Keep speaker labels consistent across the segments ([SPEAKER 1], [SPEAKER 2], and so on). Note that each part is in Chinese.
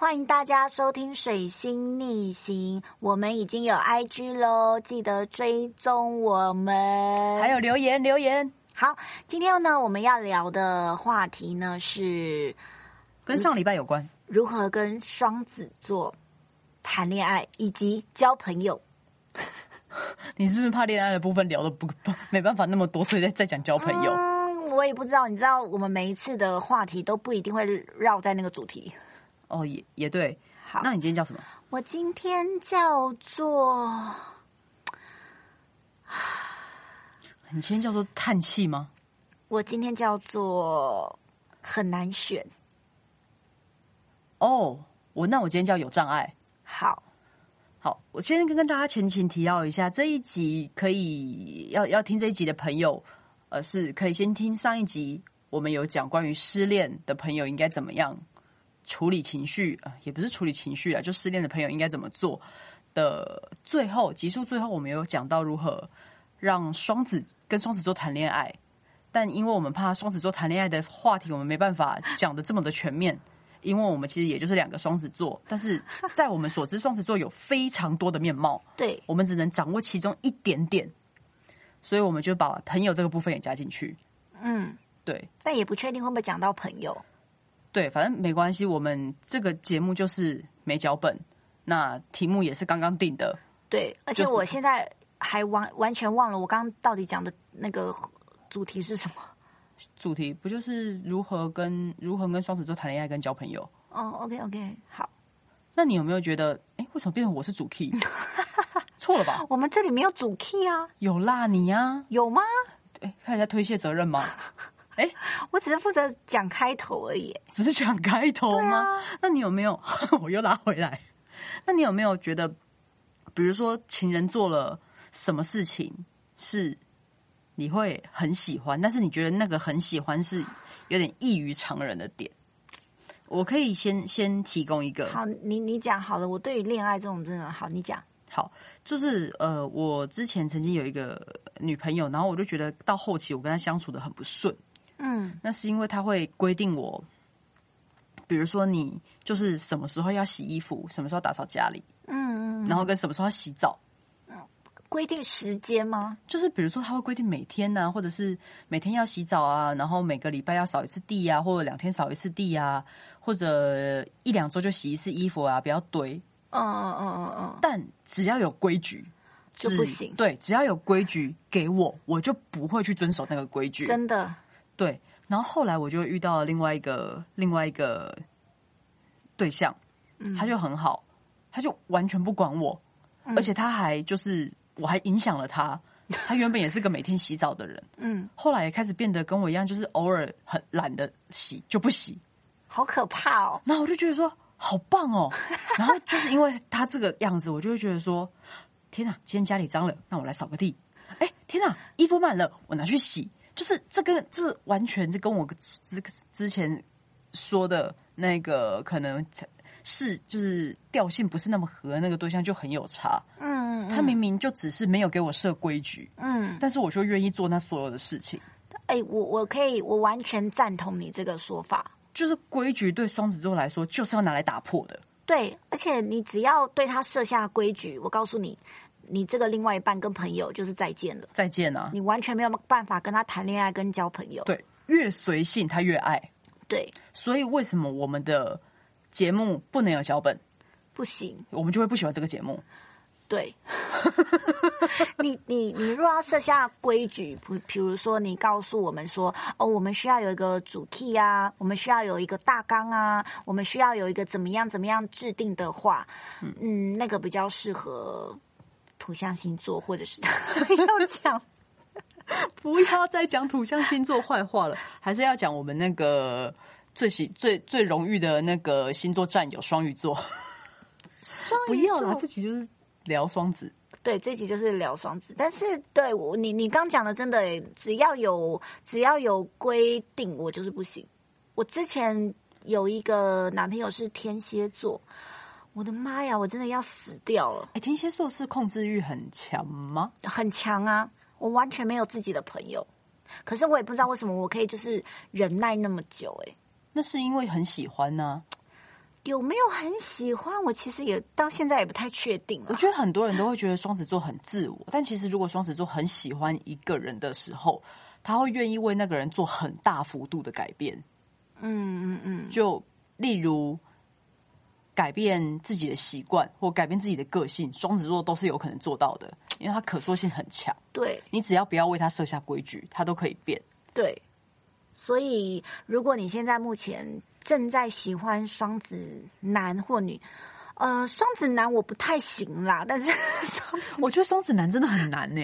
[SPEAKER 1] 欢迎大家收听《水星逆行》，我们已经有 IG 喽，记得追踪我们。
[SPEAKER 2] 还有留言留言，
[SPEAKER 1] 好，今天呢，我们要聊的话题呢是
[SPEAKER 2] 跟上礼拜有关。
[SPEAKER 1] 如何跟双子座谈恋爱以及交朋友。
[SPEAKER 2] 你是不是怕恋爱的部分聊的不不没办法那么多，所以再再讲交朋友？
[SPEAKER 1] 嗯，我也不知道，你知道，我们每一次的话题都不一定会绕在那个主题。
[SPEAKER 2] 哦，也也对。
[SPEAKER 1] 好
[SPEAKER 2] 那你今天叫什么？
[SPEAKER 1] 我今天叫做
[SPEAKER 2] 你今天叫做叹气吗？
[SPEAKER 1] 我今天叫做很难选。
[SPEAKER 2] 哦，我那我今天叫有障碍。
[SPEAKER 1] 好，
[SPEAKER 2] 好，我先跟跟大家前情提要一下，这一集可以要要听这一集的朋友，呃，是可以先听上一集，我们有讲关于失恋的朋友应该怎么样处理情绪，呃，也不是处理情绪啊，就失恋的朋友应该怎么做的。最后集数最后，我们有讲到如何让双子跟双子座谈恋爱，但因为我们怕双子座谈恋爱的话题，我们没办法讲的这么的全面。因为我们其实也就是两个双子 座，但是在我们所知，双子座有非常多的面貌，
[SPEAKER 1] 对，
[SPEAKER 2] 我们只能掌握其中一点点，所以我们就把朋友这个部分也加进去。
[SPEAKER 1] 嗯，
[SPEAKER 2] 对
[SPEAKER 1] 但也不确定会不会讲到朋友。
[SPEAKER 2] 对，反正没关系，我们这个节目就是没脚本，那题目也是刚刚定的。
[SPEAKER 1] 对，而且
[SPEAKER 2] 就是
[SPEAKER 1] 我现在还完完全忘了我刚刚到底讲的那个主题是什么。
[SPEAKER 2] 主题不就是如何跟如何跟双子座谈恋爱跟交朋友？
[SPEAKER 1] 哦，OK OK，好，
[SPEAKER 2] 那你有没有觉得，哎，为什么变成我是主 key？错了吧？
[SPEAKER 1] 我们这里没有主 key 啊，
[SPEAKER 2] 有啦，你啊，
[SPEAKER 1] 有吗？
[SPEAKER 2] 哎，开始在推卸责任吗？哎，
[SPEAKER 1] 我只是负责讲开头而已。
[SPEAKER 2] 只是想开头
[SPEAKER 1] 对
[SPEAKER 2] 吗？
[SPEAKER 1] 啊
[SPEAKER 2] 那你有没有？我又拉回来。那你有没有觉得，比如说情人做了什么事情是你会很喜欢，但是你觉得那个很喜欢是有点异于常人的点？我可以先先提供一个，
[SPEAKER 1] 啊好，你你讲好了，我对于恋爱这种真的好，你讲。
[SPEAKER 2] 好，就是呃，我之前曾经有一个女朋友，然后我就觉得到后期我跟她相处的很不顺，
[SPEAKER 1] 嗯
[SPEAKER 2] 那是因为他会规定我，比如说你就是什么时候要洗衣服，什么时候打扫家里，
[SPEAKER 1] 嗯嗯，
[SPEAKER 2] 然后跟什么时候要洗澡，
[SPEAKER 1] 规定时间吗？
[SPEAKER 2] 就是比如说他会规定每天呢、或者是每天要洗澡啊，然后每个礼拜要扫一次地啊，或者两天扫一次地啊，或者一两周就洗一次衣服啊，不要堆。
[SPEAKER 1] 嗯嗯嗯嗯嗯，
[SPEAKER 2] 但只要有规矩。
[SPEAKER 1] 就
[SPEAKER 2] 只
[SPEAKER 1] 不行
[SPEAKER 2] 对，只要有规矩给我，我就不会去遵守那个规矩。
[SPEAKER 1] 真的，
[SPEAKER 2] 对，然后后来我就遇到了另外一个另外一个对象，
[SPEAKER 1] 嗯
[SPEAKER 2] 他就很好，他就完全不管我，
[SPEAKER 1] 嗯
[SPEAKER 2] 而且他还就是我还影响了他。他原本也是个每天洗澡的人，
[SPEAKER 1] 嗯，
[SPEAKER 2] 后来也开始变得跟我一样，就是偶尔很懒得洗就不洗。
[SPEAKER 1] 好可怕哦。
[SPEAKER 2] 然后我就觉得说好棒哦，然后就是因为他这个样子，我就会觉得说天哪，今天家里脏了，那我来扫个地。哎，天哪，衣服满了，我拿去洗。就是这跟这完全就跟我之之前说的那个可能是就是调性不是那么合，那个对象就很有差。
[SPEAKER 1] 嗯，嗯
[SPEAKER 2] 他明明就只是没有给我设规矩，
[SPEAKER 1] 嗯，
[SPEAKER 2] 但是我就愿意做那所有的事情。
[SPEAKER 1] 哎、我我可以，我完全赞同你这个说法。
[SPEAKER 2] 就是规矩对双子座来说，就是要拿来打破的。
[SPEAKER 1] 对，而且你只要对他设下规矩，我告诉你，你这个另外一半跟朋友就是再见了，
[SPEAKER 2] 再见啊！
[SPEAKER 1] 你完全没有办法跟他谈恋爱跟交朋友。
[SPEAKER 2] 对，越随性他越爱。
[SPEAKER 1] 对，
[SPEAKER 2] 所以为什么我们的节目不能有脚本，
[SPEAKER 1] 不行。
[SPEAKER 2] 我们就会不喜欢这个节目？
[SPEAKER 1] 对， 你你你若要设下规矩，比比如说你告诉我们说，哦，我们需要有一个主 key 啊，我们需要有一个大纲啊，我们需要有一个怎么样怎么样制定的话，嗯那个比较适合土象星座或者是 要讲，
[SPEAKER 2] 不要再讲土象星座坏话了，还是要讲我们那个最喜最最荣誉的那个星座战友双鱼座。 不要
[SPEAKER 1] 双
[SPEAKER 2] 啦，
[SPEAKER 1] 鱼
[SPEAKER 2] 自
[SPEAKER 1] 座
[SPEAKER 2] 己就是聊双子。
[SPEAKER 1] 对，这集就是聊双子，但是对我你你刚讲的真的耶，只要有只要有规定，我就是不行。我之前有一个男朋友是天蝎座，我的妈呀，我真的要死掉了，
[SPEAKER 2] 哎、天蝎座是控制欲很强吗？
[SPEAKER 1] 很强啊，我完全没有自己的朋友。可是我也不知道为什么我可以就是忍耐那么久、诶，
[SPEAKER 2] 那是因为很喜欢呢、
[SPEAKER 1] 欸
[SPEAKER 2] 啊
[SPEAKER 1] 有没有很喜欢？我其实也到现在也不太确定
[SPEAKER 2] 我
[SPEAKER 1] 了。
[SPEAKER 2] 觉得很多人都会觉得双子座很自我，但其实如果双子座很喜欢一个人的时候，他会愿意为那个人做很大幅度的改变，
[SPEAKER 1] 嗯嗯嗯，
[SPEAKER 2] 就例如改变自己的习惯或改变自己的个性，双子座都是有可能做到的，因为他可塑性很强。
[SPEAKER 1] 对
[SPEAKER 2] 你只要不要为他设下规矩，他都可以变。
[SPEAKER 1] 对。所以，如果你现在目前正在喜欢双子男或女，呃，双子男我不太行啦，但是 双
[SPEAKER 2] 我觉得双子男真的很难呢、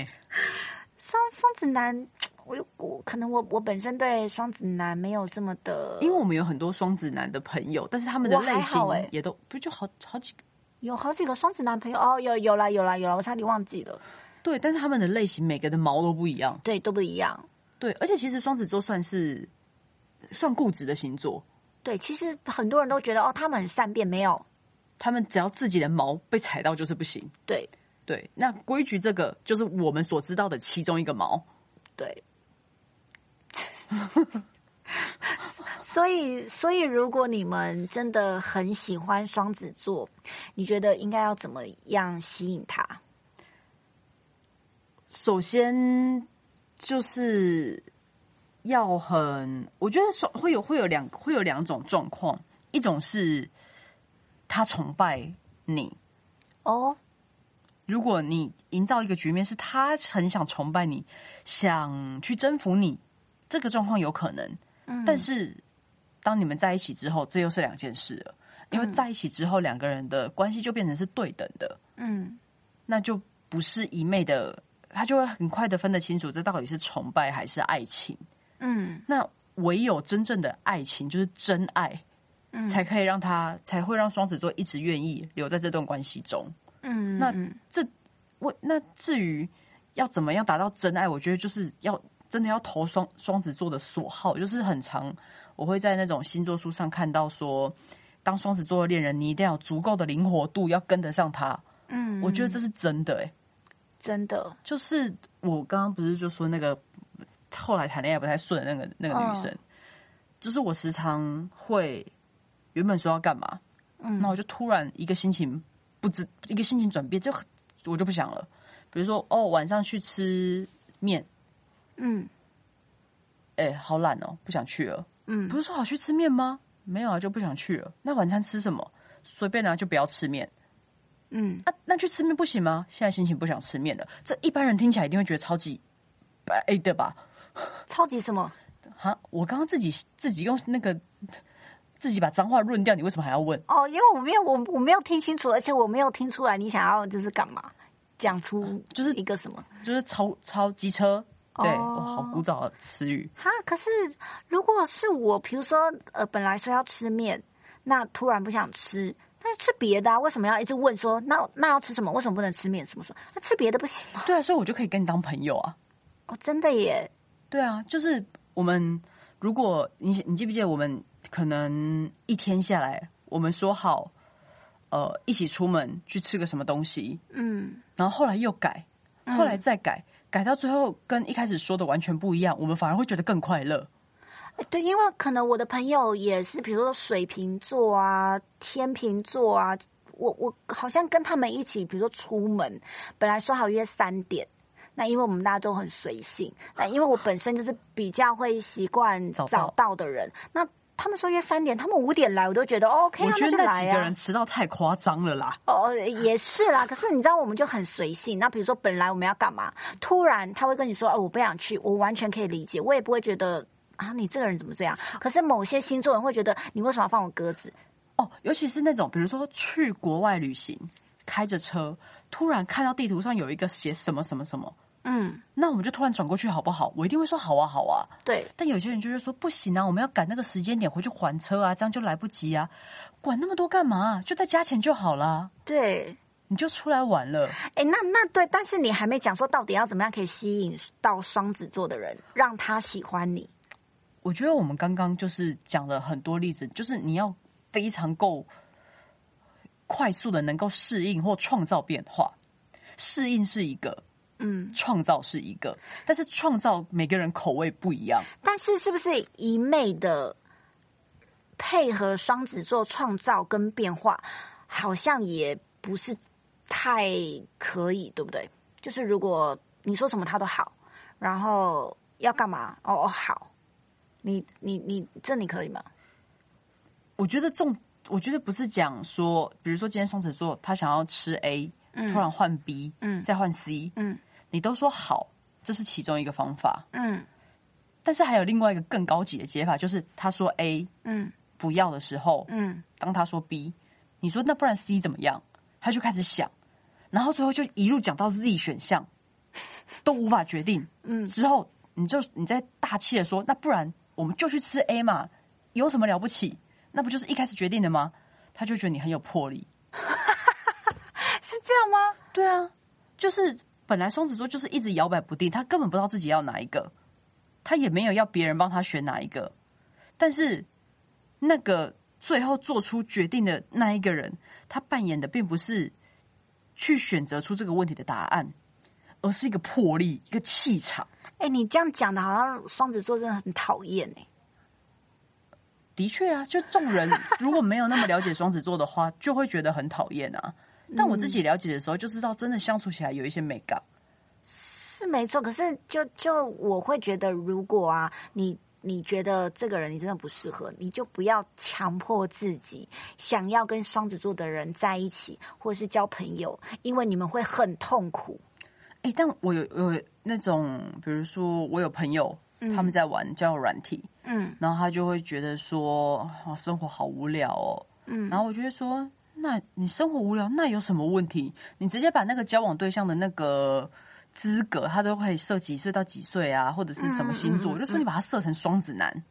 [SPEAKER 1] 双双子男，我又我可能我我本身对双子男没有这么的，
[SPEAKER 2] 因为我们有很多双子男的朋友，但是他们的
[SPEAKER 1] 我还
[SPEAKER 2] 类型
[SPEAKER 1] 好欸
[SPEAKER 2] 也都、不就好好几个
[SPEAKER 1] 有好几个双子男朋友哦，有有啦有啦有啦，我差点忘记了，
[SPEAKER 2] 对，但是他们的类型每个的毛都不一样。
[SPEAKER 1] 对，都不一样。
[SPEAKER 2] 对，而且其实双子座算是算固执的星座，
[SPEAKER 1] 对，其实很多人都觉得哦，他们很善变，没有
[SPEAKER 2] 他们只要自己的毛被踩到就是不行。
[SPEAKER 1] 对
[SPEAKER 2] 对，那规矩这个就是我们所知道的其中一个毛。
[SPEAKER 1] 对。 所以，所以如果你们真的很喜欢双子座，你觉得应该要怎么样吸引他？
[SPEAKER 2] 首先就是要很，我觉得双会有会有两会有两种状况，一种是他崇拜你，
[SPEAKER 1] 哦，
[SPEAKER 2] 如果你营造一个局面是他很想崇拜你，想去征服你，这个状况有可能。
[SPEAKER 1] 嗯
[SPEAKER 2] 但是当你们在一起之后，这又是两件事了，因为在一起之后，两个人的关系就变成是对等的，
[SPEAKER 1] 嗯，
[SPEAKER 2] 那就不是一昧的，他就会很快的分得清楚，这到底是崇拜还是爱情。
[SPEAKER 1] 嗯
[SPEAKER 2] 那唯有真正的爱情，就是真爱，
[SPEAKER 1] 嗯，
[SPEAKER 2] 才可以让他才会让双子座一直愿意留在这段关系中。
[SPEAKER 1] 嗯，
[SPEAKER 2] 那
[SPEAKER 1] 嗯
[SPEAKER 2] 这我那至于要怎么样达到真爱，我觉得就是要真的要投双双子座的所好，就是很常我会在那种星座书上看到说，当双子座的恋人，你一定要有足够的灵活度，要跟得上他。
[SPEAKER 1] 嗯，
[SPEAKER 2] 我觉得这是真的、欸，
[SPEAKER 1] 真的，
[SPEAKER 2] 就是我刚刚不是就说那个后来谈恋爱不太顺的那个那个女
[SPEAKER 1] 嗯
[SPEAKER 2] 生，就是我时常会原本说要干嘛，
[SPEAKER 1] 嗯
[SPEAKER 2] 那我就突然一个心情不知一个心情转变，就很我就不想了。比如说哦，晚上去吃面，
[SPEAKER 1] 嗯
[SPEAKER 2] 哎、好懒哦，不想去了。
[SPEAKER 1] 嗯
[SPEAKER 2] 不是说好去吃面吗？没有啊，就不想去了。那晚餐吃什么？随便啊，就不要吃面。
[SPEAKER 1] 嗯，
[SPEAKER 2] 啊，那去吃面不行吗？现在心情不想吃面了。这一般人听起来一定会觉得超级白的吧？
[SPEAKER 1] 超级什么？
[SPEAKER 2] 哈，我刚刚自己自己用那个自己把脏话润掉，你为什么还要问？
[SPEAKER 1] 哦，因为我没有我我没有听清楚，而且我没有听出来你想要就是干嘛，讲出
[SPEAKER 2] 就是
[SPEAKER 1] 一个什么
[SPEAKER 2] 就是超超机车，对，
[SPEAKER 1] 哦
[SPEAKER 2] 我好古早的词语。
[SPEAKER 1] 哈？可是如果是我，比如说呃，本来说要吃面，那突然不想吃。那就吃别的啊？为什么要一直问说那那要吃什么？为什么不能吃面？什么说那吃别的不行吗？
[SPEAKER 2] 对啊，所以我就可以跟你当朋友啊。
[SPEAKER 1] 哦，真的耶，
[SPEAKER 2] 对啊，就是我们如果你你记不记得我们可能一天下来，我们说好呃一起出门去吃个什么东西，
[SPEAKER 1] 嗯，
[SPEAKER 2] 然后后来又改，
[SPEAKER 1] 嗯
[SPEAKER 2] 后来再改，改到最后跟一开始说的完全不一样，我们反而会觉得更快乐。
[SPEAKER 1] 哎对，因为可能我的朋友也是，比如说水瓶座啊、天秤座啊，我我好像跟他们一起，比如说出门，本来说好约三点。那因为我们大家都很随性，那因为我本身就是比较会习惯
[SPEAKER 2] 早到
[SPEAKER 1] 早到的人，那他们说约三点，他们五点来，我都觉得哦 OK
[SPEAKER 2] 我
[SPEAKER 1] 啊，
[SPEAKER 2] 觉
[SPEAKER 1] 那
[SPEAKER 2] 得
[SPEAKER 1] 就
[SPEAKER 2] 那几
[SPEAKER 1] 来
[SPEAKER 2] 个
[SPEAKER 1] 啊
[SPEAKER 2] 人。迟到太夸张了啦。
[SPEAKER 1] 哦，哦也是啦。可是你知道，我们就很随性。那比如说，本来我们要干嘛，突然他会跟你说：“哦，我不想去。”我完全可以理解，我也不会觉得啊，你这个人怎么这样。可是某些星座人会觉得，你为什么要放我鸽子？
[SPEAKER 2] 哦，尤其是那种比如说去国外旅行，开着车，突然看到地图上有一个写什么什么什么，
[SPEAKER 1] 嗯，
[SPEAKER 2] 那我们就突然转过去好不好？我一定会说好啊好啊。
[SPEAKER 1] 对，
[SPEAKER 2] 但有些人就是说不行啊，我们要赶那个时间点回去还车啊，这样就来不及啊，管那么多干嘛？啊就再加钱就好啦，
[SPEAKER 1] 对。
[SPEAKER 2] 你就出来玩了。
[SPEAKER 1] 哎，那那对，但是你还没讲说到底要怎么样可以吸引到双子座的人，让他喜欢你。
[SPEAKER 2] 我觉得我们刚刚就是讲了很多例子，就是你要非常够快速的能够适应或创造变化。适应是一个，
[SPEAKER 1] 嗯，
[SPEAKER 2] 创造是一个，但是创造每个人口味不一样。
[SPEAKER 1] 但是是不是一昧的配合双子座创造跟变化，好像也不是太可以，对不对？就是如果你说什么他都好，然后要干嘛？哦哦好，你你你这你可以吗？
[SPEAKER 2] 我觉得重，我觉得不是讲说，比如说今天双子座他想要吃 A，、突然换 B，
[SPEAKER 1] 嗯
[SPEAKER 2] 再换 C，
[SPEAKER 1] 嗯
[SPEAKER 2] 你都说好，这是其中一个方法。
[SPEAKER 1] 嗯
[SPEAKER 2] 但是还有另外一个更高级的解法，就是他说 A
[SPEAKER 1] 嗯
[SPEAKER 2] 不要的时候，
[SPEAKER 1] 嗯
[SPEAKER 2] 当他说 B，你说那不然 C 怎么样？他就开始想，然后最后就一路讲到 Z 选项，都无法决定。
[SPEAKER 1] 嗯
[SPEAKER 2] 之后你就你再大气的说，那不然我们就去吃 A 嘛，有什么了不起？那不就是一开始决定的吗？他就觉得你很有魄力。
[SPEAKER 1] 是这样吗？
[SPEAKER 2] 对啊，就是本来双子座就是一直摇摆不定，他根本不知道自己要哪一个，他也没有要别人帮他选哪一个，但是那个最后做出决定的那一个人，他扮演的并不是去选择出这个问题的答案，而是一个魄力，一个气场。
[SPEAKER 1] 哎、你这样讲的，好像双子座真的很讨厌哎。
[SPEAKER 2] 的确啊，就众人如果没有那么了解双子座的话，就会觉得很讨厌啊。但我自己了解的时候，就知道真的相处起来有一些美感。
[SPEAKER 1] 是没错，可是就就我会觉得，如果啊，你你觉得这个人你真的不适合，你就不要强迫自己想要跟双子座的人在一起，或是交朋友，因为你们会很痛苦。
[SPEAKER 2] 哎、但我有有那种，比如说我有朋友，他们在玩交友软体，
[SPEAKER 1] 嗯
[SPEAKER 2] 然后他就会觉得说、啊生活好无聊哦。
[SPEAKER 1] 嗯
[SPEAKER 2] 然后我就会说，那你生活无聊，那有什么问题？你直接把那个交往对象的那个资格，他都可以设几岁到几岁啊，或者是什么星
[SPEAKER 1] 嗯
[SPEAKER 2] 座，
[SPEAKER 1] 嗯嗯
[SPEAKER 2] 我就说你把他设成双子男。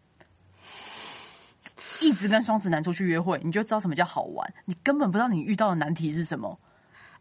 [SPEAKER 2] 一直跟双子男出去约会，你就知道什么叫好玩。你根本不知道你遇到的难题是什么。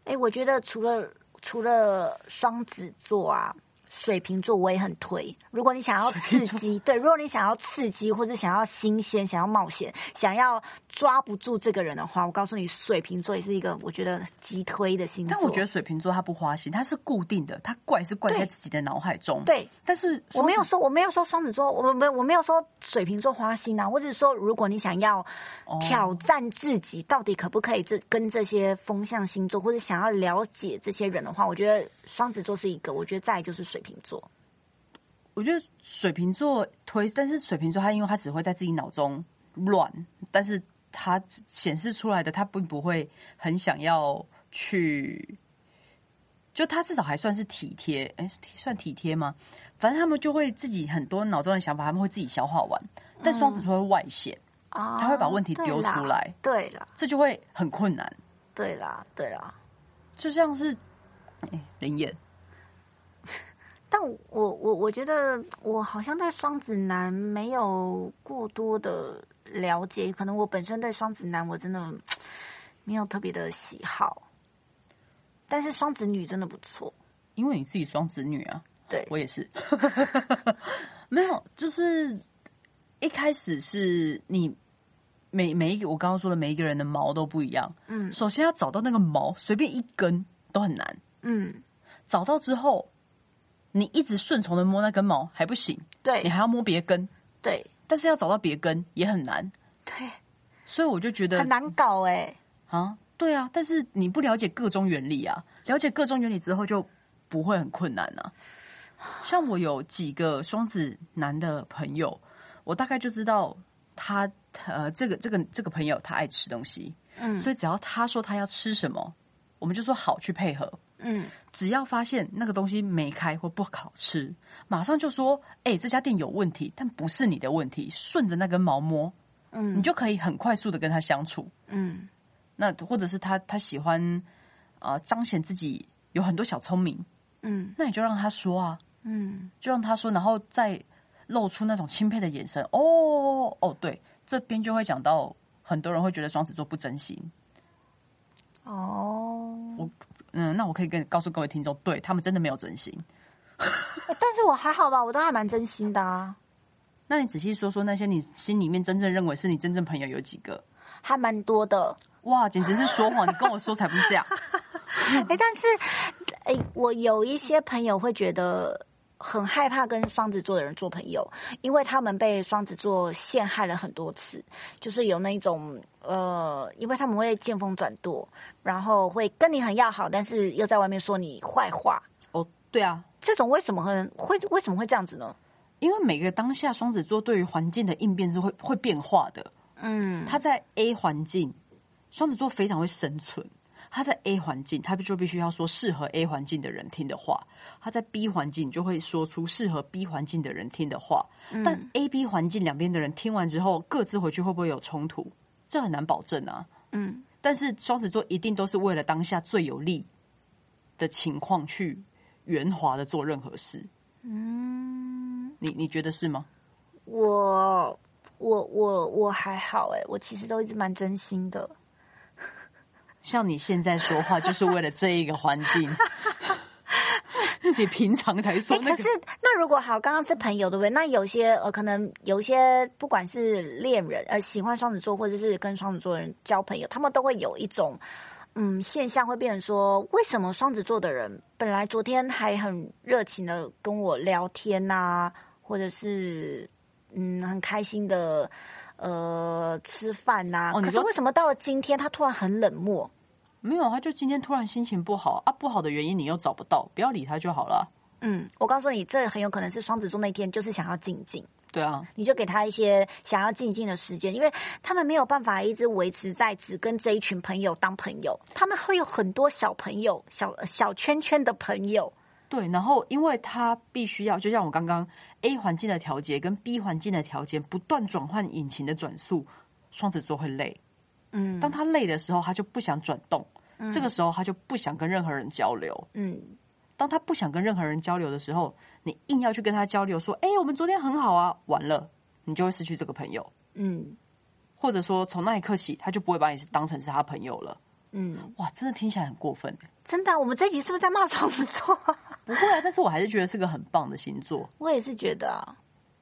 [SPEAKER 1] 哎、我觉得除了除了双子座啊，水瓶座我也很推。如果你想要刺激，对，如果你想要刺激或者想要新鲜、想要冒险、想要抓不住这个人的话，我告诉你，水瓶座也是一个我觉得极推的星座。
[SPEAKER 2] 但我觉得水瓶座他不花心，他是固定的，他怪是怪在
[SPEAKER 1] 对
[SPEAKER 2] 自己的脑海中。，
[SPEAKER 1] 对。
[SPEAKER 2] 但是
[SPEAKER 1] 我没有
[SPEAKER 2] 双子
[SPEAKER 1] 说，我没有说双子座，我没我没有说水瓶座花心啊，我只是说，如果你想要
[SPEAKER 2] 哦
[SPEAKER 1] 挑战自己，到底可不可以这跟这些风象星座，或者想要了解这些人的话，我觉得双子座是一个，我觉得再来就是水瓶座。
[SPEAKER 2] 我觉得水瓶座推，但是水瓶座他因为他只会在自己脑中乱，但是他显示出来的他并不会很想要去，就他至少还算是体贴，哎、体算体贴吗？反正他们就会自己很多脑中的想法，他们会自己消化完。但双子
[SPEAKER 1] 嗯
[SPEAKER 2] 座会外显，
[SPEAKER 1] 啊
[SPEAKER 2] 他会把问题丢出来，
[SPEAKER 1] 对啦，
[SPEAKER 2] 这就会很困难。
[SPEAKER 1] 对啦，对啦。
[SPEAKER 2] 就像是，哎、林燕，
[SPEAKER 1] 但我我我觉得我好像对双子男没有过多的了解，可能我本身对双子男我真的没有特别的喜好，但是双子女真的不错，
[SPEAKER 2] 因为你自己双子女啊，
[SPEAKER 1] 对，
[SPEAKER 2] 我也是， 没有，就是一开始是你每每一个我刚刚说的每一个人的毛都不一样，
[SPEAKER 1] 嗯
[SPEAKER 2] 首先要找到那个毛，随便一根都很难，
[SPEAKER 1] 嗯，
[SPEAKER 2] 找到之后，你一直顺从的摸那根毛还不行，你
[SPEAKER 1] 对
[SPEAKER 2] 还要摸别根，
[SPEAKER 1] 对
[SPEAKER 2] 但是要找到别根也很难，
[SPEAKER 1] 对，
[SPEAKER 2] 所以我就觉得
[SPEAKER 1] 很难搞哎、
[SPEAKER 2] 啊，对啊，但是你不了解各中原理啊，了解各中原理之后就不会很困难啊。像我有几个双子男的朋友，我大概就知道他呃，这个这个这个朋友他爱吃东西，
[SPEAKER 1] 嗯
[SPEAKER 2] 所以只要他说他要吃什么，我们就说好去配合。
[SPEAKER 1] 嗯
[SPEAKER 2] 只要发现那个东西没开或不好吃，马上就说：“哎、这家店有问题，但不是你的问题。”顺着那根毛摸，
[SPEAKER 1] 嗯
[SPEAKER 2] 你就可以很快速的跟他相处。
[SPEAKER 1] 嗯
[SPEAKER 2] 那或者是他他喜欢呃彰显自己有很多小聪明，
[SPEAKER 1] 嗯
[SPEAKER 2] 那你就让他说啊，
[SPEAKER 1] 嗯
[SPEAKER 2] 就让他说，然后再露出那种钦佩的眼神。哦哦，对，这边就会讲到很多人会觉得双子座不真心。
[SPEAKER 1] 哦、
[SPEAKER 2] 嗯，那我可以跟告诉各位听众，对他们真的没有真心。
[SPEAKER 1] 欸但是我还好吧，我都还蛮真心的啊，
[SPEAKER 2] 那你仔细说说那些你心里面真正认为是你真正朋友有几个？
[SPEAKER 1] 还蛮多的。
[SPEAKER 2] 哇，简直是说谎！你跟我说才不是这样。
[SPEAKER 1] 哎、但是哎、我有一些朋友会觉得很害怕跟双子座的人做朋友，因为他们被双子座陷害了很多次，就是有那种呃，因为他们会见风转舵，然后会跟你很要好，但是又在外面说你坏话。
[SPEAKER 2] 哦，对啊，
[SPEAKER 1] 这种为什么会会为什么会这样子呢？
[SPEAKER 2] 因为每个当下双子座对于环境的应变是会会变化的。
[SPEAKER 1] 嗯，
[SPEAKER 2] 他在 A 环境，双子座非常会生存。他在 A 环境，他就必须要说适合 A 环境的人听的话；他在 B 环境就会说出适合 B 环境的人听的话。
[SPEAKER 1] 嗯
[SPEAKER 2] 但 A、B 环境两边的人听完之后，各自回去会不会有冲突？这很难保证啊。
[SPEAKER 1] 嗯，
[SPEAKER 2] 但是双子座一定都是为了当下最有利的情况去圆滑的做任何事。嗯，你你觉得是吗？
[SPEAKER 1] 我我我我还好哎、我其实都一直蛮真心的。
[SPEAKER 2] 像你现在说话就是为了这一个环 境，你平常才说
[SPEAKER 1] 哎、
[SPEAKER 2] 那
[SPEAKER 1] 可
[SPEAKER 2] 个
[SPEAKER 1] 是那如果好，刚刚是朋友对不对？那有些呃，可能有些不管是恋人呃，喜欢双子座或者是跟双子座的人交朋友，他们都会有一种嗯现象，会变成说，为什么双子座的人本来昨天还很热情的跟我聊天呐、或者是嗯很开心的呃吃饭呐、
[SPEAKER 2] 哦你
[SPEAKER 1] 可是
[SPEAKER 2] 说
[SPEAKER 1] 为什么到了今天他突然很冷漠？
[SPEAKER 2] 没有，他啊就今天突然心情不好啊，不好的原因你又找不到，不要理他就好了。
[SPEAKER 1] 嗯，我告诉你，这很有可能是双子座那天就是想要静静。
[SPEAKER 2] 对啊，
[SPEAKER 1] 你就给他一些想要静静的时间，因为他们没有办法一直维持在只跟这一群朋友当朋友，他们会有很多小朋友、小呃小圈圈的朋友。
[SPEAKER 2] 对，然后因为他必须要，就像我刚刚 A 环境的调节跟 B 环境的调节不断转换引擎的转速，双子座会累。
[SPEAKER 1] 嗯
[SPEAKER 2] 当他累的时候，他就不想转动，这个时候他就不想跟任何人交流。
[SPEAKER 1] 嗯，
[SPEAKER 2] 当他不想跟任何人交流的时候，你硬要去跟他交流，说：“哎、我们昨天很好啊。”完了，你就会失去这个朋友，
[SPEAKER 1] 嗯
[SPEAKER 2] 或者说从那一刻起，他就不会把你当成是他朋友了。
[SPEAKER 1] 嗯，
[SPEAKER 2] 哇，真的听起来很过分。欸
[SPEAKER 1] 真的啊、我们这一集是不是在骂双子座啊？
[SPEAKER 2] 不会啊，但是我还是觉得是个很棒的星座，
[SPEAKER 1] 我也是觉得啊，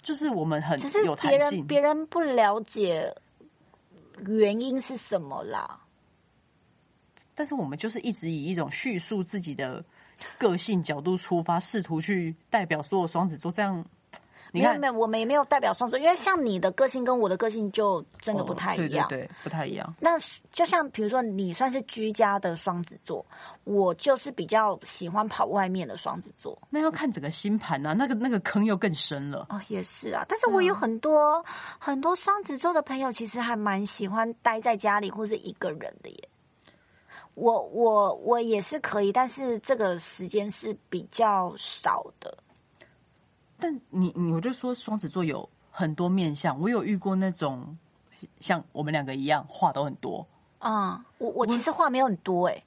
[SPEAKER 2] 就是我们很
[SPEAKER 1] 只是
[SPEAKER 2] 有
[SPEAKER 1] 别
[SPEAKER 2] 弹
[SPEAKER 1] 人
[SPEAKER 2] 性。
[SPEAKER 1] 别人不了解原因是什么啦。
[SPEAKER 2] 但是我们就是一直以一种叙述自己的个性角度出发，试图去代表所有双子座。这样，你
[SPEAKER 1] 没有
[SPEAKER 2] 看
[SPEAKER 1] 没有，我们也没有代表双子座，因为像你的个性跟我的个性就真的不太一样。
[SPEAKER 2] 哦对对对，不太一样。
[SPEAKER 1] 那就像比如说，你算是居家的双子座，我就是比较喜欢跑外面的双子座。
[SPEAKER 2] 那要看整个星盘啊，那个那个坑又更深了。
[SPEAKER 1] 哦，也是啊，但是我有很多、很多双子座的朋友，其实还蛮喜欢待在家里或是一个人的耶。我我我也是可以，但是这个时间是比较少的。
[SPEAKER 2] 但你你我就说双子座有很多面相，我有遇过那种像我们两个一样话都很多，
[SPEAKER 1] 嗯，我我其实话没有很多哎，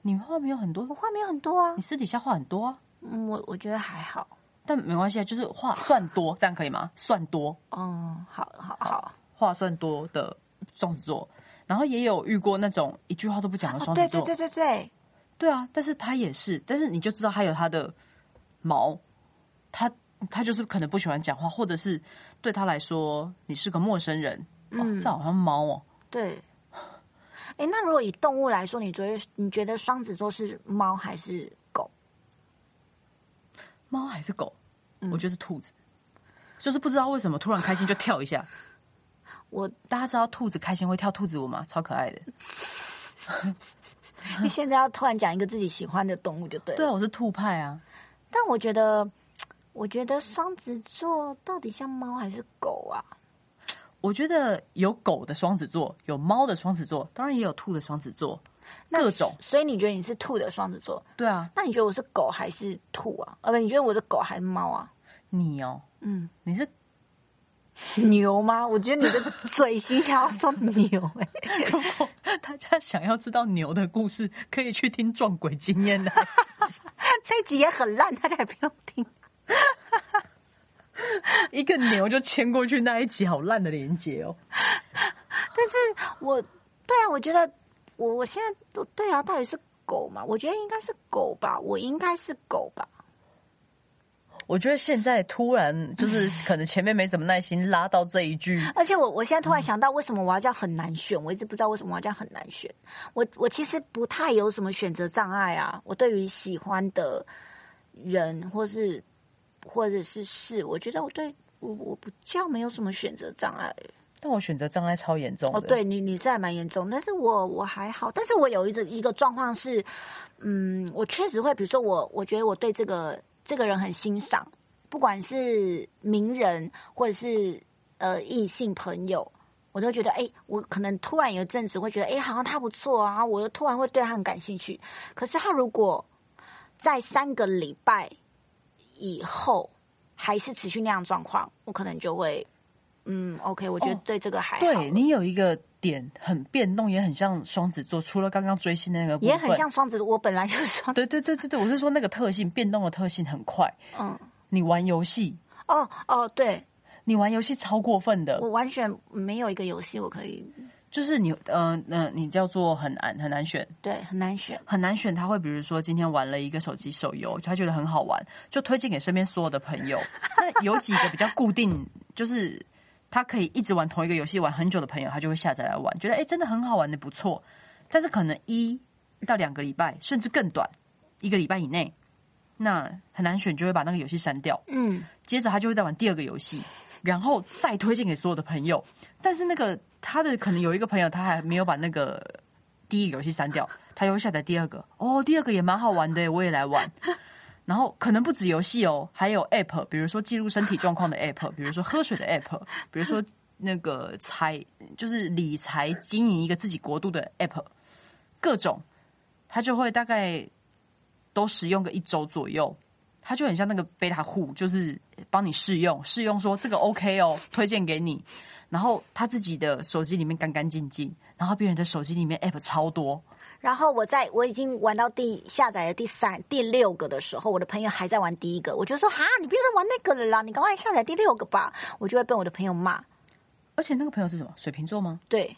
[SPEAKER 2] 你话没有很多
[SPEAKER 1] 我，话没有很多啊
[SPEAKER 2] 你，私底下话很多啊，
[SPEAKER 1] 嗯，我我觉得还好。
[SPEAKER 2] 但没关系啊，就是话算多，这样可以吗？算多，
[SPEAKER 1] 嗯，好好好，
[SPEAKER 2] 话算多的双子座，然后也有遇过那种一句话都不讲的
[SPEAKER 1] 哦，
[SPEAKER 2] 双
[SPEAKER 1] 对
[SPEAKER 2] 子
[SPEAKER 1] 对对
[SPEAKER 2] 座，
[SPEAKER 1] 对对，
[SPEAKER 2] 对啊，但是他也是，但是你就知道他有他的毛，他他就是可能不喜欢讲话，或者是对他来说你是个陌生人，哇，
[SPEAKER 1] 嗯
[SPEAKER 2] 这好像猫哦，
[SPEAKER 1] 对。哎，那如果以动物来说，你觉得你觉得双子座是猫还是狗？
[SPEAKER 2] 猫还是狗？我觉得是兔子，就是不知道为什么突然开心就跳一下。
[SPEAKER 1] 我
[SPEAKER 2] 大家知道兔子开心会跳兔子舞吗？超可爱的。
[SPEAKER 1] 你现在要突然讲一个自己喜欢的动物就对了。
[SPEAKER 2] 对啊，我是兔派啊。
[SPEAKER 1] 但我觉得，我觉得双子座到底像猫还是狗啊？
[SPEAKER 2] 我觉得有狗的双子座，有猫的双子座，当然也有兔的双子座，
[SPEAKER 1] 那
[SPEAKER 2] 各种。
[SPEAKER 1] 所以你觉得你是兔的双子座？
[SPEAKER 2] 对啊，
[SPEAKER 1] 那你觉得我是狗还是兔啊？呃，不，你觉得我是狗还是猫啊？
[SPEAKER 2] 你哦，
[SPEAKER 1] 嗯，
[SPEAKER 2] 你 是
[SPEAKER 1] 牛吗？我觉得你的 嘴型想要说牛、 欸，
[SPEAKER 2] 如果大家想要知道牛的故事，可以去听撞鬼经验的。
[SPEAKER 1] 这一集也很烂，大家也不用听。
[SPEAKER 2] 一个牛就牵过去那一集，好烂的连接哦。
[SPEAKER 1] 但是我对啊，我觉得我我现在都对啊，到底是狗嘛？我觉得应该是狗吧，我应该是狗吧。
[SPEAKER 2] 我觉得现在突然就是可能前面没什么耐心，拉到这一 句
[SPEAKER 1] 而且我我现在突然想到，为什么我要叫很难选？我一直不知道为什么我要叫很难选。我我其实不太有什么选择障碍啊。我对于喜欢的人或是或者是是，我觉得我对我我不叫没有什么选择障碍。
[SPEAKER 2] 但我选择障碍超严重的。
[SPEAKER 1] 哦，对，你你是还蛮严重，但是我我还好，但是我有一个一个状况是，嗯，我确实会，比如说我我觉得我对这个这个人很欣赏，不管是名人或者是呃异性朋友。我都觉得，哎、我可能突然有一阵子会觉得，哎、好像他不错啊，我又突然会对他很感兴趣。可是他如果在三个礼拜以后还是持续那样的状况，我可能就会，嗯，OK，我觉得
[SPEAKER 2] 哦
[SPEAKER 1] 对这个还好。
[SPEAKER 2] 对你有一个点很变动，也很像双子座，除了刚刚追星那个部分，
[SPEAKER 1] 也很像双子，我本来就是双，
[SPEAKER 2] 对对对对对，我是说那个特性变动的特性很快。
[SPEAKER 1] 嗯，
[SPEAKER 2] 你玩游戏，
[SPEAKER 1] 哦哦，对
[SPEAKER 2] 你玩游戏超过分的
[SPEAKER 1] 我，完全没有一个游戏我可以，
[SPEAKER 2] 就是你呃呃，你叫做很难很难选，
[SPEAKER 1] 对，很难选。
[SPEAKER 2] 很难选。他会比如说今天玩了一个手机手游，他觉得很好玩，就推荐给身边所有的朋友。那有几个比较固定，就是他可以一直玩同一个游戏玩很久的朋友，他就会下载来玩，觉得哎、诶真的很好玩的不错。但是可能一到两个礼拜，甚至更短，一个礼拜以内，那很难选，就会把那个游戏删掉。
[SPEAKER 1] 嗯，
[SPEAKER 2] 接着他就会再玩第二个游戏，然后再推荐给所有的朋友。但是那个他的可能有一个朋友，他还没有把那个第一个游戏删掉，他又下载第二个。哦，第二个也蛮好玩的耶，我也来玩。然后可能不止游戏哦，还有 app，比如说记录身体状况的 app，比如说喝水的 app，比如说那个财就是理财经营一个自己国度的 app，各种，他就会大概都使用个一周左右，它就很像那个贝塔户，就是帮你试用，试用说这个 OK 哦，推荐给你。然后他自己的手机里面干干净净，然后别人的手机里面 App 超多，
[SPEAKER 1] 然后我在我已经玩到第下载的第三、第六个的时候，我的朋友还在玩第一个，我就说哈，你不要再玩那个了啦，你赶快下载第六个吧。我就会被我的朋友骂，
[SPEAKER 2] 而且那个朋友是什么？水瓶座吗？
[SPEAKER 1] 对，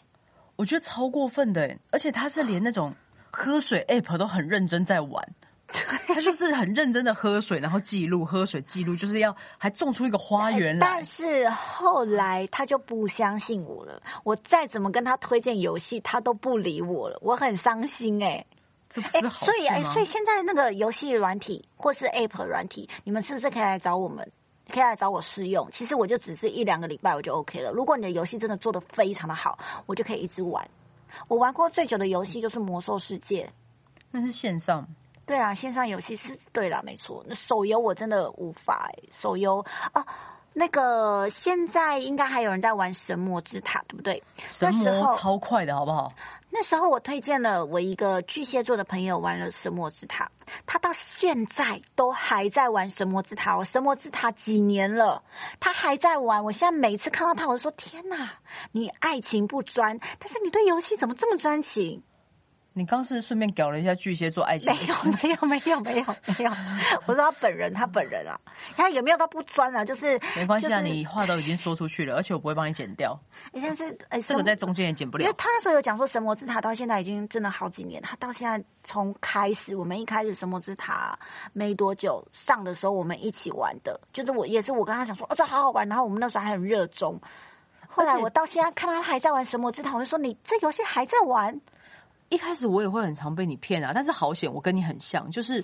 [SPEAKER 2] 我觉得超过分的耶，而且他是连那种喝水 App 都很认真在玩，他就是很认真的喝水，然后记录喝水记录，就是要还种出一个花园来
[SPEAKER 1] 哎但。是后来他就不相信我了，我再怎么跟他推荐游戏，他都不理我了，我很伤心哎、
[SPEAKER 2] 这不
[SPEAKER 1] 哎、
[SPEAKER 2] 是好
[SPEAKER 1] 所以哎、
[SPEAKER 2] 事吗
[SPEAKER 1] 所？以现在那个游戏软体或是 App 软体，你们是不是可以来找我们？可以来找我试用。其实我就只是一两个礼拜我就 OK 了。如果你的游戏真的做的非常的好，我就可以一直玩。我玩过最久的游戏就是《魔兽世界》。
[SPEAKER 2] 那是线上，
[SPEAKER 1] 对啊，线上游戏是对啦，没错。那手游我真的无法、欸，手游啊，那个现在应该还有人在玩《神魔之塔》，对不对？
[SPEAKER 2] 神
[SPEAKER 1] 那时候
[SPEAKER 2] 魔超快的好不好？
[SPEAKER 1] 那时候我推荐了我一个巨蟹座的朋友玩了《神魔之塔》，他到现在都还在玩《神魔之塔》哦，《神魔之塔》几年了，他还在玩。我现在每一次看到他，我就说：天哪，你爱情不专，但是你对游戏怎么这么专 情？
[SPEAKER 2] 你刚是顺便搞了一下巨蟹座爱情
[SPEAKER 1] 没，有，没有，没有，没有，没有。我说他本人，他本人啊，他有没有到不专啊？就是
[SPEAKER 2] 没关系啊，
[SPEAKER 1] 就是
[SPEAKER 2] 你话都已经说出去了，而且我不会帮你剪掉，
[SPEAKER 1] 哎但是哎，
[SPEAKER 2] 这
[SPEAKER 1] 神
[SPEAKER 2] 个
[SPEAKER 1] 魔
[SPEAKER 2] 在中间也剪不
[SPEAKER 1] 因为
[SPEAKER 2] 了。
[SPEAKER 1] 他那时候有讲说神魔之塔到现在已经真的好几年，他到现在从开始我们一开始神魔之塔没多久上的时候，我们一起玩的，就是我也是我跟他讲说哦这好好玩，然后我们那时候还很热衷。后来
[SPEAKER 2] 而且
[SPEAKER 1] 我到现在看到他还在玩神魔之塔，我就说你这游戏还在玩，
[SPEAKER 2] 一开始我也会很常被你骗啊，但是好险，我跟你很像，就是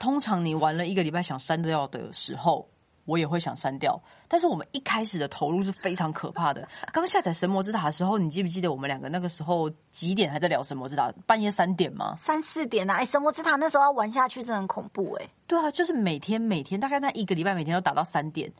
[SPEAKER 2] 通常你玩了一个礼拜想删掉的时候。我也会想删掉，但是我们一开始的投入是非常可怕的。刚下载《神魔之塔》的时候，你记不记得我们两个那个时候几点还在聊《神魔之塔》？半夜三点吗？
[SPEAKER 1] 三四点啊，哎神魔之塔那时候要玩下去真的很恐怖哎、
[SPEAKER 2] 对啊，就是每天每天大概那一个礼拜，每天都打到三点，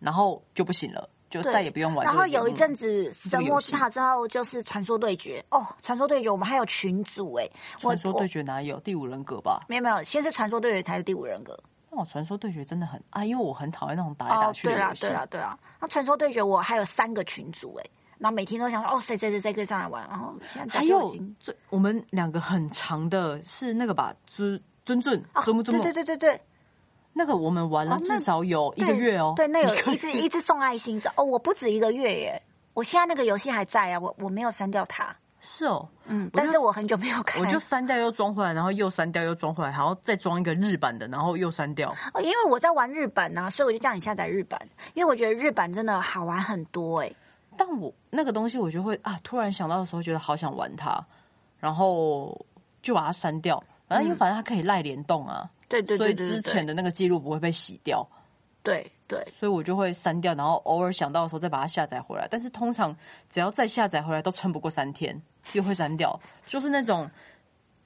[SPEAKER 2] 然后就不行了，就
[SPEAKER 1] 对
[SPEAKER 2] 再也不用玩这
[SPEAKER 1] 然
[SPEAKER 2] 个
[SPEAKER 1] 后
[SPEAKER 2] 节目了。
[SPEAKER 1] 有一阵子
[SPEAKER 2] 这
[SPEAKER 1] 神
[SPEAKER 2] 个游戏
[SPEAKER 1] 魔之塔之后就是传说对决哦，传说对决我们还有群组哎、我
[SPEAKER 2] 传说对决哪有第五人格吧？
[SPEAKER 1] 没有没有，先是传说对决才是第五人格。
[SPEAKER 2] 那我传说对决真的很啊，因为我很讨厌那种打来打去的
[SPEAKER 1] 哦、对啦
[SPEAKER 2] 游，戏。
[SPEAKER 1] 对啦，对啦。那传说对决我还有三个群组哎、然后每天都想说哦谁谁谁谁可以上来玩，然后现在早就
[SPEAKER 2] 还
[SPEAKER 1] 已
[SPEAKER 2] 有
[SPEAKER 1] 经
[SPEAKER 2] 最我们两个很长的是那个吧，尊尊尊
[SPEAKER 1] 哦
[SPEAKER 2] 尊不
[SPEAKER 1] 对
[SPEAKER 2] 尊不
[SPEAKER 1] 对，对对对，
[SPEAKER 2] 那个我们玩
[SPEAKER 1] 哦
[SPEAKER 2] 了
[SPEAKER 1] 那
[SPEAKER 2] 至少有一
[SPEAKER 1] 对
[SPEAKER 2] 个月哦。
[SPEAKER 1] 对，那
[SPEAKER 2] 一个
[SPEAKER 1] 有一直一直送爱心这哦，我不止一个月耶，我现在那个游戏还在啊，我我没有删掉它，
[SPEAKER 2] 是哦，
[SPEAKER 1] 嗯，
[SPEAKER 2] 我就
[SPEAKER 1] 但是我很久没有看，
[SPEAKER 2] 我就删掉又装回来，然后又删掉又装回来，然后再装一个日版的，然后又删掉。
[SPEAKER 1] 哦，因为我在玩日版呐、所以我就叫你下载日版，因为我觉得日版真的好玩很多哎，
[SPEAKER 2] 但我那个东西，我就会啊，突然想到的时候，觉得好想玩它，然后就把它删掉。反正因为反正它可以赖联动啊，
[SPEAKER 1] 嗯对对
[SPEAKER 2] 所
[SPEAKER 1] 对
[SPEAKER 2] 以
[SPEAKER 1] 对对
[SPEAKER 2] 之
[SPEAKER 1] 对
[SPEAKER 2] 前的那个记录不会被洗掉。
[SPEAKER 1] 对对，
[SPEAKER 2] 所以我就会删掉，然后偶尔想到的时候再把它下载回来。但是通常只要再下载回来，都撑不过三天又会删掉。就是那种，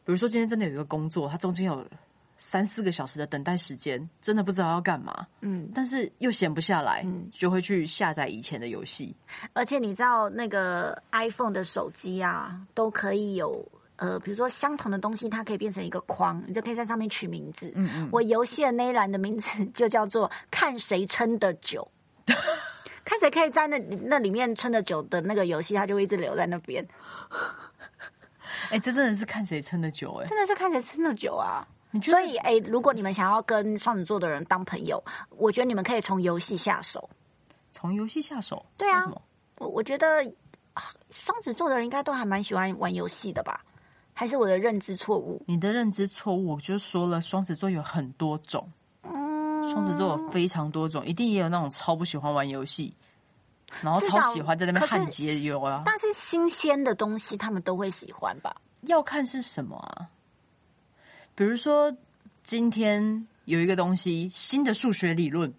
[SPEAKER 2] 比如说今天真的有一个工作，它中间有三四个小时的等待时间，真的不知道要干嘛，
[SPEAKER 1] 嗯，
[SPEAKER 2] 但是又闲不下来
[SPEAKER 1] 嗯，
[SPEAKER 2] 就会去下载以前的游戏。
[SPEAKER 1] 而且你知道那个 iPhone 的手机啊，都可以有呃，比如说相同的东西，它可以变成一个框，你就可以在上面取名字。
[SPEAKER 2] 嗯嗯，
[SPEAKER 1] 我游戏的那一栏的名字就叫做 “看谁撑得 久”，看谁可以在那里那里面撑得久的那个游戏，它就会一直留在那边。
[SPEAKER 2] 哎、这真的是看谁撑得久哎、
[SPEAKER 1] 真的是看谁撑得久啊！
[SPEAKER 2] 你觉得
[SPEAKER 1] 所以，哎、如果你们想要跟双子座的人当朋友，我觉得你们可以从游戏下手。
[SPEAKER 2] 从游戏下手？
[SPEAKER 1] 对啊
[SPEAKER 2] 为什么
[SPEAKER 1] 我我觉得啊双子座的人应该都还蛮喜欢玩游戏的吧？还是我的认知错误？
[SPEAKER 2] 你的认知错误，我就说了，双子座有很多种，
[SPEAKER 1] 嗯，
[SPEAKER 2] 双子座有非常多种，一定也有那种超不喜欢玩游戏，然后
[SPEAKER 1] 至
[SPEAKER 2] 超
[SPEAKER 1] 少
[SPEAKER 2] 喜欢在那边
[SPEAKER 1] 可是
[SPEAKER 2] 焊接的有啊。
[SPEAKER 1] 但是新鲜的东西他们都会喜欢吧？
[SPEAKER 2] 要看是什么啊？比如说今天有一个东西，新的数学理论，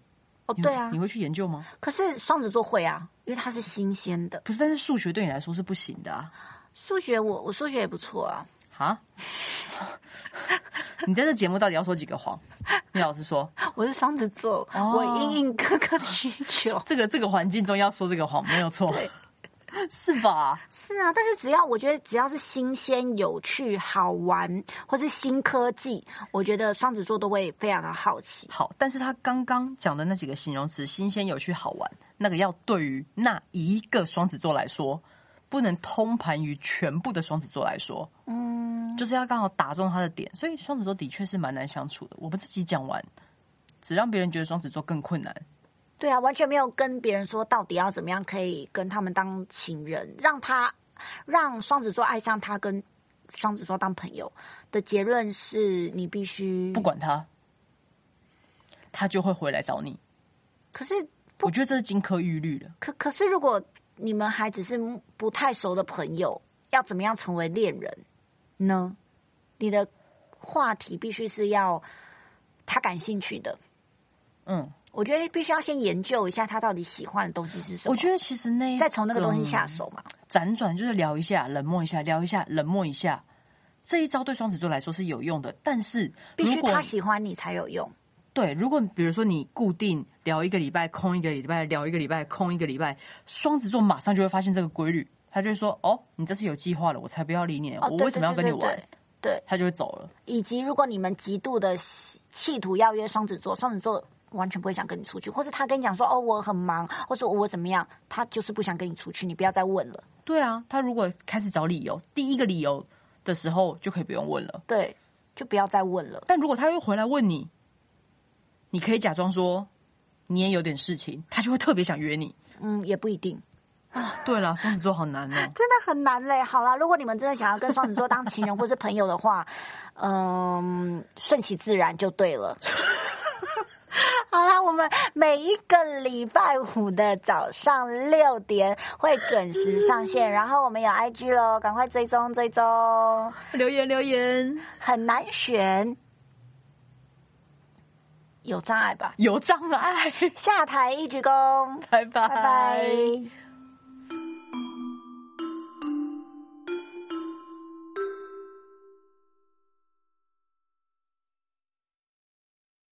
[SPEAKER 1] 哦，
[SPEAKER 2] 你
[SPEAKER 1] 对啊
[SPEAKER 2] 你，会去研究吗？
[SPEAKER 1] 可是双子座会啊，因为它是新鲜的。
[SPEAKER 2] 不是，但是数学对你来说是不行的啊！
[SPEAKER 1] 数学我我数学也不错啊，
[SPEAKER 2] 哈，你在这节目到底要说几个谎？你老实说，
[SPEAKER 1] 我是双子座，
[SPEAKER 2] 哦。
[SPEAKER 1] 我应应哥哥的需求
[SPEAKER 2] 这个这个环境中要说这个谎没有错
[SPEAKER 1] 对，
[SPEAKER 2] 是吧？
[SPEAKER 1] 是啊，但是只要我觉得只要是新鲜、有趣、好玩，或是新科技，我觉得双子座都会非常的好奇。
[SPEAKER 2] 好，但是他刚刚讲的那几个形容词，新鲜、有趣、好玩，那个要对于那一个双子座来说，不能通盘于全部的双子座来说，
[SPEAKER 1] 嗯，
[SPEAKER 2] 就是要刚好打中他的点。所以双子座的确是蛮难相处的。我们自己讲完，只让别人觉得双子座更困难。
[SPEAKER 1] 对啊，完全没有跟别人说到底要怎么样可以跟他们当情人，让他让双子座爱上他，跟双子座当朋友的结论是你必须
[SPEAKER 2] 不。管他，他就会回来找你。
[SPEAKER 1] 可是
[SPEAKER 2] 我觉得这是金科玉律了。
[SPEAKER 1] 可可是，如果你们还只是不太熟的朋友，要怎么样成为恋人呢？你的话题必须是要他感兴趣的，
[SPEAKER 2] 嗯，
[SPEAKER 1] 我觉得必须要先研究一下他到底喜欢的东西是什么，
[SPEAKER 2] 我觉得其实那一
[SPEAKER 1] 再从那个东西
[SPEAKER 2] 种
[SPEAKER 1] 下手嘛。
[SPEAKER 2] 辗转就是聊一下，冷漠一下，聊一下，冷漠一下。这一招对双子座来说是有用的，但是
[SPEAKER 1] 必
[SPEAKER 2] 如
[SPEAKER 1] 须
[SPEAKER 2] 果
[SPEAKER 1] 他喜欢你才有用。
[SPEAKER 2] 对，如果比如说你固定聊一个礼拜，空一个礼拜，聊一个礼拜，空一个礼拜，双子座马上就会发现这个规律，他就会说：“哦，你这次有计划了，我才不要理你，呢，
[SPEAKER 1] 哦
[SPEAKER 2] 我
[SPEAKER 1] 对
[SPEAKER 2] 为什么要跟你玩
[SPEAKER 1] 对对对？”对，
[SPEAKER 2] 他就会走了。
[SPEAKER 1] 以及如果你们极度的企图要约双子座，双子座完全不会想跟你出去，或是他跟你讲说哦我很忙，或者我怎么样，他就是不想跟你出去，你不要再问了。
[SPEAKER 2] 对啊，他如果开始找理由，第一个理由的时候就可以不用问了。
[SPEAKER 1] 对，就不要再问了。
[SPEAKER 2] 但如果他又回来问你，你可以假装说你也有点事情，他就会特别想约你。
[SPEAKER 1] 嗯，也不一定，
[SPEAKER 2] 对啦，双子座好难哦。
[SPEAKER 1] 真的很难嘞。好啦，如果你们真的想要跟双子座当情人或是朋友的话， 嗯，顺其自然就对了。 好啦，我们每一个礼拜五的早上六点会准时上线，然后我们有 IG 哦，赶快追踪追踪，
[SPEAKER 2] 留言留言，
[SPEAKER 1] 很难选，有障碍吧？
[SPEAKER 2] 有障碍，哎
[SPEAKER 1] 下台一鞠躬，
[SPEAKER 2] 拜拜
[SPEAKER 1] 拜拜。